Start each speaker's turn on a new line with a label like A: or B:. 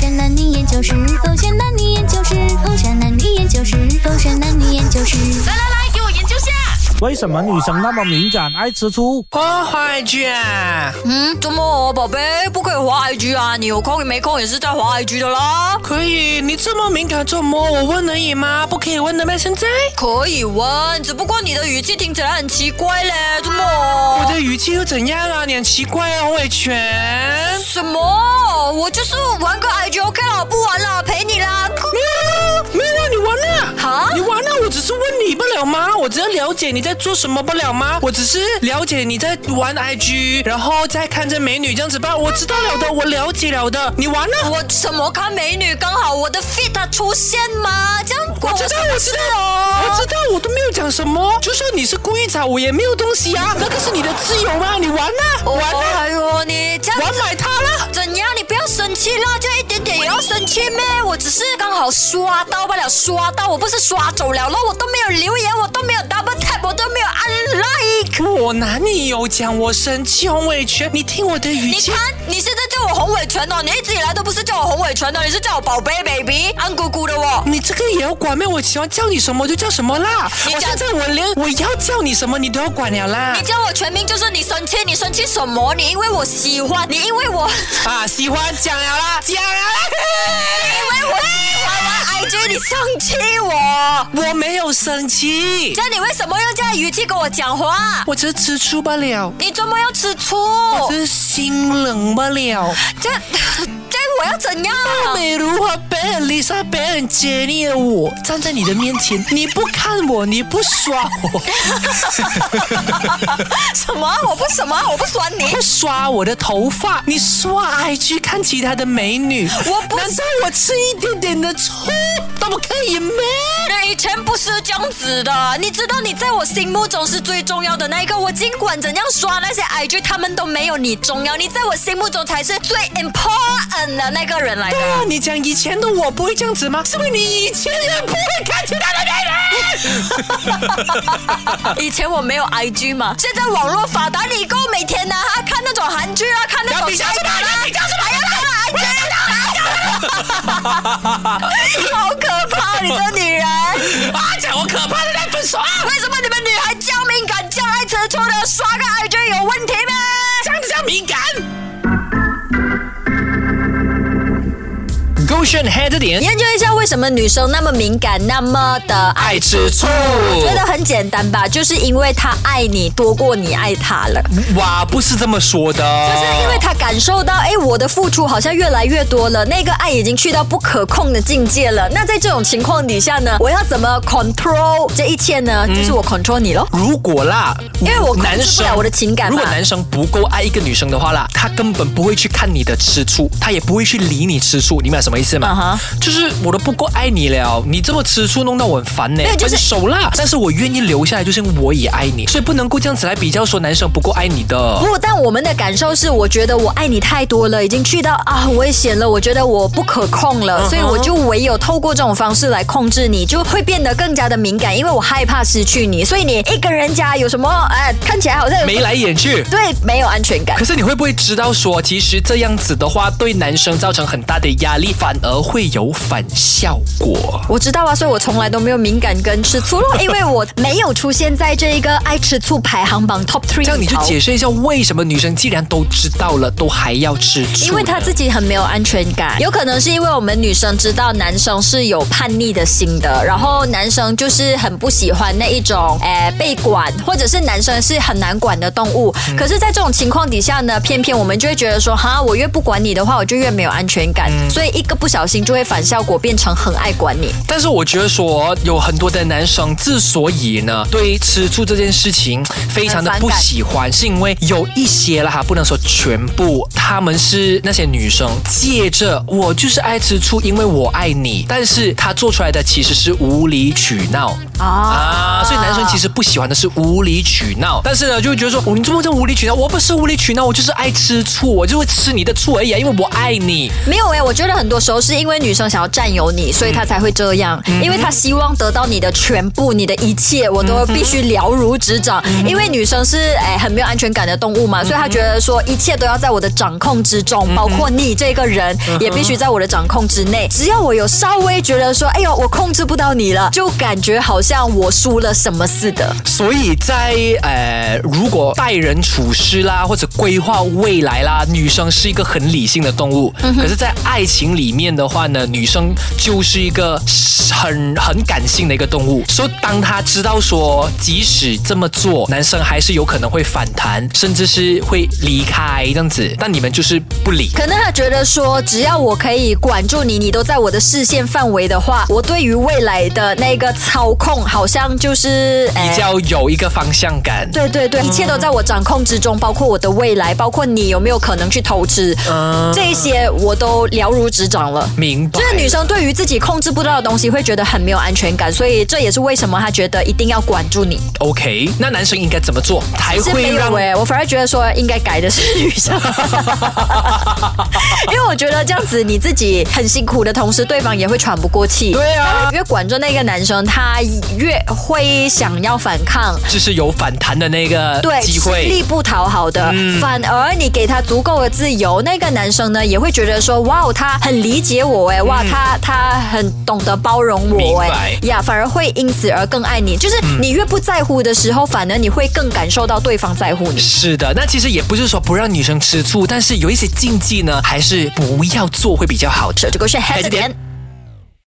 A: 山男女研究室，风扇男女研究室，风扇男女研究室，风扇男女研究室。
B: 来来来，给我研究下。
C: 为什么女生那么敏感，爱吃醋？
D: 花海卷，
E: 嗯，怎么、哦，宝贝不可以滑 IG 啊？你有空也没空也是在滑 IG 的啦。
D: 可以？你这么敏感做么？我问而已嘛，不可以问的咩？现在？
E: 可以问，只不过你的语气听起来很奇怪嘞，怎么？
D: 我的语气又怎样啊？你很奇怪啊，洪伟全。
E: 什么？我就是玩个 IG OK 了，不玩了，陪你啦。
D: 没有啊，没有啊，你玩啊？
E: 好
D: 你玩啊？我只是问你不了吗？我只要了解你在做什么不了吗？我只是了解你在玩 IG，然后再看着美女这样子吧。我知道了的，我了解了的。你玩啊？
E: 我什么看美女，刚好我的 fit 它出现嘛，这样
D: 我
E: 管
D: 知
E: 什
D: 道，
E: 么
D: 我
E: 事
D: 知道，我
E: 哦？
D: 知道，我都没有讲什么。就算你是故意找我，也没有东西啊，那个是你的自由啊，你玩啊，玩啊，
E: 哎呦，你这样
D: 玩
E: 子
D: 买它啦。
E: 怎样？你不要生气啦，就一点点也要生气咩？我只是刚好刷到不了，刷到我不是刷走了咯，我都没有留言，我都没有 double tap，我都没有按 like。
D: 哎我哪里有讲我生气洪伟全？你听我的语
E: 你
D: 气
E: 看。，你现在叫我洪伟全哦，你一直以来都不是叫我洪伟全哦的，你是叫我宝贝 baby，安姑姑的哦。
D: 你这个也要管咩？我喜欢叫你什么就叫什么啦。
E: 你
D: 我
E: 讲
D: 现在我连我要叫你什么你都要管了啦
E: 你。叫我全名就是你生气，你生气什么？你因为我喜欢，你因为我。
D: 啊，喜欢讲了啦，讲了啦。
E: 因为我玩玩 IG，你生气我，
D: 我没有生气，
E: 那你为什么用这样的语气跟我讲话？
D: 我只是吃醋罢了，
E: 你怎么要吃醋？哦
D: 只是心冷罢了。
E: 这这我要怎样？
D: 美如和贝尔、丽莎、贝尔、杰尼的我站在你的面前，你不看我，你不刷 我，
E: 什么？我不什么？我不酸你
D: 不。刷我的头发，你刷 IG 看其他的美女，
E: 我不
D: 难道我吃一点点的醋都不可以吗？
E: 你以前不是这样子的，你知道你在我心目中是最重要的那一个。我尽管怎样刷那些 IG，他们都没有你重要。你在我心目中才是最 important 的那个人来的。
D: 对啊，你讲以前的我不会这样子吗？是不是你以前也不会看其他的美 女？
E: 以前我没有 IG 嘛，现在网络发达，你够每天呢、啊，看那种韩剧啊，哎看那种
D: 你讲什么
E: 你讲什么？ 好可怕！你这女人，
D: 啊，讲我可怕的在分手啊！
E: 为什么你们女孩较敏感、较爱吃醋的？刷个 IG 有问题吗？
D: 这样子叫敏感。勾选黑着点，
E: 研究一下为什么女生那么敏感，那么的爱。
D: 爱吃醋。
E: 我觉得很简单吧，就是因为她爱你多过你爱她了，
D: 哇，不是这么说的，
E: 就是因为她感受到，哎，我的付出好像越来越多了，那个爱已经去到不可控的境界了。那在这种情况底下呢，我要怎么 control 这一切呢？就是我 control 你咯。
D: 如果啦，
E: 因为我控
D: 男
E: 制不
D: 生
E: 了我的啊情感嘛
D: 啊如果男生不够爱一个女生的话啦，他根本不会去看你的吃醋，他也不会去理你吃醋，你明白什么意思吗
E: 嗯哼
D: 就是我都不够爱你了，你这么吃醋弄到我很烦呢、
E: 没有就是
D: 分手啦。但是我愿意留下来，就是因为我也爱你，所以不能够这样子来比较说男生不够爱你的。
E: 不，但我们的感受是，我觉得我爱你太多了，已经去到啊危险了，我觉得我不可控了，所以我就唯有透过这种方式来控制你，就会变得更加的敏感，因为我害怕失去你，所以你一个人家有什么哎、看起来好像有
D: 眉来眼去。
E: 对没有安全感
D: 可。是你会不会知道说，其实这样子的话，对男生造成很大的压力，反而会有反效果。
E: 我知道啊，所以我从来都没有敏感跟吃醋 咯，因为我没有出现在这一个爱吃醋排行榜 top three 里头。
D: 这样你就解释一下，为什么女生既然都知道了，都还要吃醋呢？
E: 因为她自己很没有安全感，有可能是因为我们女生知道男生是有叛逆的心的，然后男生就是很不喜欢那一种，诶、被管，或者是男生是很难管的动物。
D: 嗯
E: 可是，在这种情况底下呢，偏偏我们就会觉得说，哈，我越不管你的话，我就越没有安全感，
D: 嗯
E: 所以一个不小心就会反效果，变成很爱管你。
D: 但是我觉得说，有很多的男生之所以呢对吃醋这件事情非常的
E: 很反
D: 不
E: 感
D: 喜欢，是因为有一些啦哈，不能说全部，他们是那些女生借着我就是爱吃醋，因为我爱你，但是他做出来的其实是无理取闹。
E: 啊
D: 啊，所以男生其实不喜欢的是无理取闹，但是呢，就会觉得说，哦，你这么这么无理取闹，我不是无理取闹，我就是爱吃醋，我就会吃你的醋而已啊，因为我爱你。
E: 没有诶、我觉得很多时候候是因为女生想要占有你，所以她才会这样，因为她希望得到你的全部，你的一切，我都必须了如指掌。因为女生是哎很没有安全感的动物嘛，所以她觉得说一切都要在我的掌控之中，包括你这个人也必须在我的掌控之内。只要我有稍微觉得说，哎呦，我控制不到你了，就感觉好像我输了什么似的。
D: 所以在呃，如果待人处事啦，或者规划未来啦，女生是一个很理性的动物。
E: 嗯
D: 可是，在爱情里面的话呢，女生就是一个很很感性的一个动物。所以，当她知道说，即使这么做，男生还是有可能会反弹，甚至是会离开这样子，但你们就是不理。
E: 可能他觉得说，只要我可以管住你，你都在我的视线范围的话，我对于未来的那个操控好像就是
D: 比
E: 哎
D: 较嗯有一个方向感，
E: 对对对，一切都在我掌控之中，包括我的未来，包括你有没有可能去偷吃，
D: 嗯
E: 这一些我都了如指掌了。
D: 明白
E: 就。是女生对于自己控制不到的东西，会觉得很没有安全感，所以这也是为什么她觉得一定要管住你。
D: OK，那男生应该怎么做才
E: 是
D: 会
E: 没
D: 让
E: 有哎、我反而觉得说应该改的是女生， 因为我觉得这样子你自己很辛苦的同时，对方也会喘不过气。
D: 对啊
E: 他越管着那个男生，他越会想要反抗。
D: 就是有反弹的那个
E: 对，
D: 机
E: 吃
D: 会？嗯
E: 力不讨好的，反而你给他足够的自由，那个男生呢也会觉得说，哇哦，他很理解我哎，哇，他他很懂得包容我
D: 嗯明
E: 哎
D: 白，嗯
E: 呀，反而会因此而更爱你。就是你越不在乎的时候，反而你会更感受到对方在乎你。
D: 是的，那其实也不是说不让女生吃醋，但是有一些禁忌呢，还是不要做会比较好。
E: 这个是 h e a d
D: 还是
E: 点
D: 点。